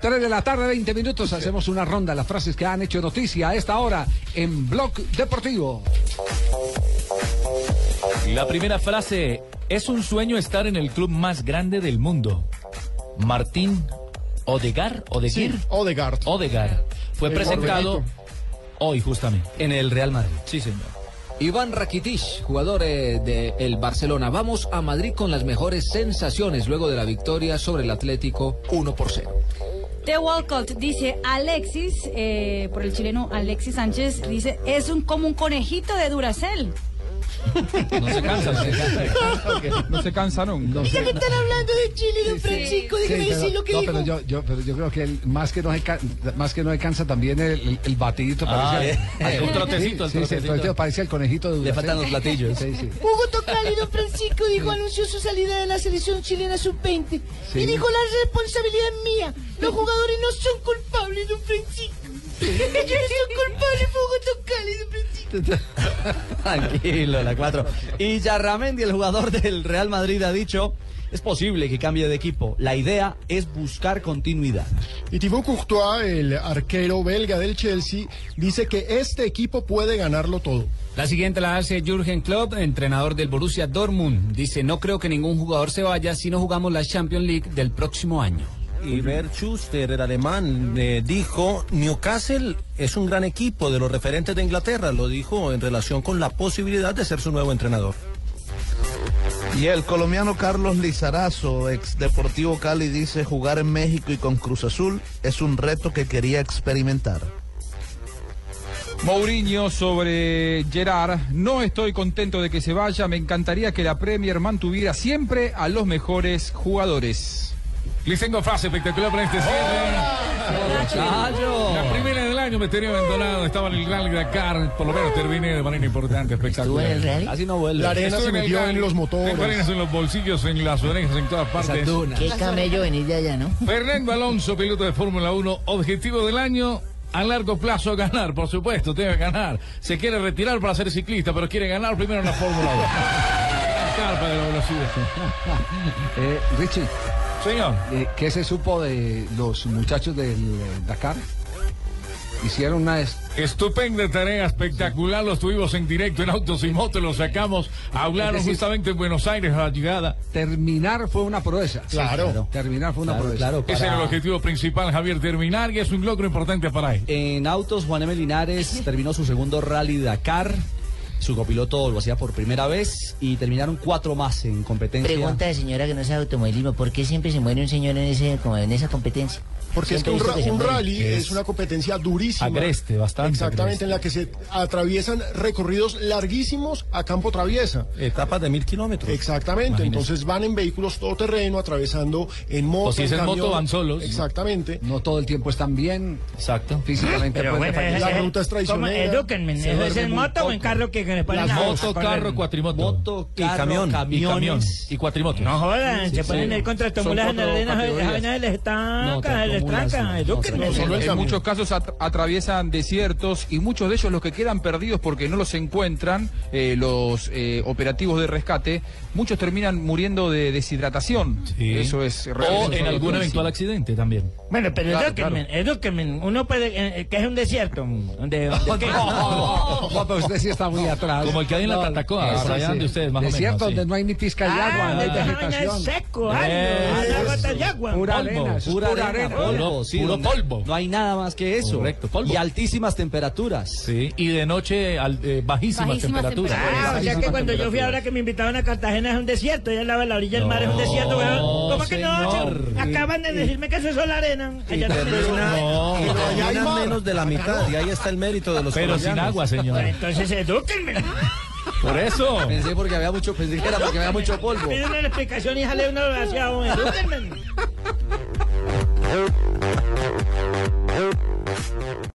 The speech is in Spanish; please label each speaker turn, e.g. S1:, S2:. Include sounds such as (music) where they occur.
S1: 3 de la tarde, 20 minutos. Hacemos una ronda de las frases que han hecho noticia a esta hora en Blog Deportivo.
S2: La primera frase, es un sueño estar en el club más grande del mundo. Martín Odegar, Odeguir,
S3: Odegaard.
S2: Odegar, fue
S3: El
S2: presentado
S3: gordito.
S2: hoy justamente.
S4: en el Real Madrid.
S2: Sí, señor.
S4: Iván Rakitic, jugador eh, de el Barcelona. Vamos a Madrid con las mejores sensaciones luego de la victoria sobre el Atlético 1 por 0.
S5: The Walcott dice Alexis, eh, por el chileno Alexis Sánchez, dice, es un como un conejito de Duracel.
S4: No se cansa, no se cansa.
S6: No se cansa nunca.
S7: Ya que están hablando de Chile, don Francisco,
S4: Ah,
S7: déjeme
S1: pero,
S7: decir lo que
S1: no,
S7: dijo.
S1: pero yo, yo, pero yo creo que él, más que no se ca- más que no alcanza también el, el, el batidito
S4: (laughs)
S2: Ah,
S1: parece
S2: eh,
S1: al-
S2: un trotecito, el
S1: sí, sí,
S2: trotecito.
S1: trotecito, parece el conejito de
S4: Le
S1: Duracell.
S4: faltan los platillos.
S1: Sí, sí.
S7: Hugo Tocali, don Francisco, dijo, anunció su salida de la selección chilena sub-20.
S1: Sí.
S7: Y dijo, la responsabilidad es mía. Los jugadores no son culpables, don Francisco. (laughs) Ellos no son culpables, fue Hugo Tocali, don Francisco.
S4: Tranquilo, la 4. Y Yarramendi, el jugador del Real Madrid, ha dicho, es posible que cambie de equipo. La idea es buscar continuidad.
S3: Y Thibaut Courtois, el arquero belga del Chelsea, dice que este equipo puede ganarlo todo.
S6: La siguiente la hace Jürgen Klopp, entrenador del Borussia Dortmund. Dice, no creo que ningún jugador se vaya si no jugamos la Champions League del próximo año.
S8: Y Bert Schuster, el alemán, eh, dijo, Newcastle es un gran equipo de los referentes de Inglaterra, lo dijo en relación con la posibilidad de ser su nuevo entrenador.
S9: Y el colombiano Carlos Lizarazo, ex Deportivo Cali, dice jugar en México y con Cruz Azul es un reto que quería experimentar.
S6: Mourinho sobre Gerard. No estoy contento de que se vaya. Me encantaría que la Premier mantuviera siempre a los mejores jugadores.
S10: Les tengo frase espectacular para este cierre. La
S4: ¡Chayo!
S10: primera del año me tenía abandonado. Estaba en el Real Dakar. Por lo menos terminé de manera importante, espectacular.
S4: Así no vuelve.
S3: La arena
S10: Estuve
S3: se
S10: en el
S3: metió
S10: Gal.
S3: en los motores.
S10: Tengo arenas en los bolsillos, en las orejas, en todas
S4: Esas
S10: partes.
S4: dunas.
S7: Qué camello venir de allá, ¿no?
S10: Fernando Alonso, piloto de Fórmula 1, objetivo del año. A largo plazo ganar, por supuesto, tiene que ganar. Se quiere retirar para ser ciclista, pero quiere ganar primero en la Fórmula
S6: (laughs)
S10: 1. La carpa de la velocidad.
S1: Eh, Richie,
S10: Señor,
S1: eh, ¿qué se supo de los muchachos del eh, Dakar? Hicieron una es-
S10: estupenda tarea, espectacular. Los tuvimos en directo en Autos y Motos, los sacamos. Hablaron
S1: Es decir-
S10: justamente en Buenos Aires a la llegada.
S1: terminar fue una proeza.
S3: Claro.
S1: Terminar fue una
S4: Claro,
S1: proeza.
S4: claro,
S10: Ese era el
S4: para-
S10: objetivo principal, Javier, terminar y es un logro importante para él.
S4: En autos, Juan M. Linares terminó su segundo rally Dakar. Su copiloto lo hacía por primera vez y terminaron cuatro más en competencia.
S7: Pregunta de señora que no sabe automovilismo, ¿por qué siempre se muere un señor en, ese, como en esa competencia?
S3: Porque es que
S7: Siempre
S3: un,
S7: he visto
S3: ra-
S7: se
S3: un
S7: mueren.
S3: rally es, una competencia durísima.
S2: Agreste, bastante
S3: Exactamente, en la que se atraviesan recorridos larguísimos a campo traviesa.
S8: Etapas de mil kilómetros.
S10: Pues,
S3: Exactamente, entonces van en vehículos todoterreno, atravesando en moto.
S10: O si es en moto,
S3: camión.
S10: van solos.
S3: Exactamente.
S1: No todo el tiempo están bien.
S4: Exacto.
S1: Físicamente pueden fallar.
S3: La ruta es traicionera.
S7: Edúquenme,
S4: Se
S7: ¿eso es
S4: duerme
S7: en
S4: muy
S7: moto o en
S4: poco.
S7: carro que que le ponen
S10: Las
S7: a-
S10: moto, carro, cuatrimoto.
S4: Moto,
S8: Y
S4: carro,
S8: camión. Y
S4: camiones.
S10: Y camiones y cuatrimotos.
S7: No jodan, se ponen
S4: sí.
S7: ahí contra tomulas en la
S4: cuatro
S7: arena,
S4: categorías.
S7: las vainas les estanca,
S4: No,
S7: se les
S4: tractomulas,
S7: tranca,
S4: no,
S7: edúquenme.
S3: no, solo el
S6: En
S3: camión.
S6: muchos casos at- atraviesan desiertos y muchos de ellos los que quedan perdidos porque no los encuentran eh, los eh, operativos de rescate, muchos terminan muriendo de deshidratación.
S10: Sí.
S6: Eso es
S4: Oh. (laughs)
S10: O
S6: realmente
S10: en algún
S6: durísimo.
S10: eventual accidente también.
S7: Bueno, pero
S6: Claro,
S7: edúquenme, edúquenme. Uno puede, eh, eh, que es un desierto,
S4: (laughs)
S7: donde... donde-
S1: No, pero usted sí está muy atrás.
S10: Como el que hay en la
S1: No,
S10: Tatacoa,
S1: eso
S10: para allá
S1: sí.
S10: donde ustedes, más o menos,
S1: Desierto
S10: sí.
S1: donde no hay ni pizca de agua,
S7: Ah,
S1: no hay
S7: donde la vaina es
S1: vegetación.
S7: seco, ay,
S4: Eh,
S7: no, a la gota de agua.
S1: Pura
S10: Polvo,
S1: arena, eso es
S4: Pura arena, polvo,
S10: Puro-
S4: sí,
S10: puro
S4: donde
S10: polvo.
S4: No hay nada más que eso.
S10: Correcto, polvo.
S4: Y altísimas temperaturas.
S10: Sí, y de noche al- eh, bajísimas,
S5: Bajísimas
S10: temperaturas.
S7: Ah, o sea que
S10: Bajísimas
S7: cuando yo fui ahora que me invitaban a Cartagena es un desierto, allá al lado de la orilla del mar es un desierto, weón. ¿Cómo que no?
S4: señor.
S7: che? Acaban de decirme que eso es solo arena. Allá no tiene nada.
S10: No,
S8: Y
S3: allá hay
S8: terminan
S3: mar.
S8: menos de la mitad, y ahí está el mérito de los
S10: pero sin
S8: colombianos.
S10: agua, señor.
S7: Bueno, Entonces edúquenme.
S10: Por eso.
S4: Pensé porque había mucho, pensé que era porque había mucho polvo.
S7: Piden una explicación y jale una oración. Edúquenme.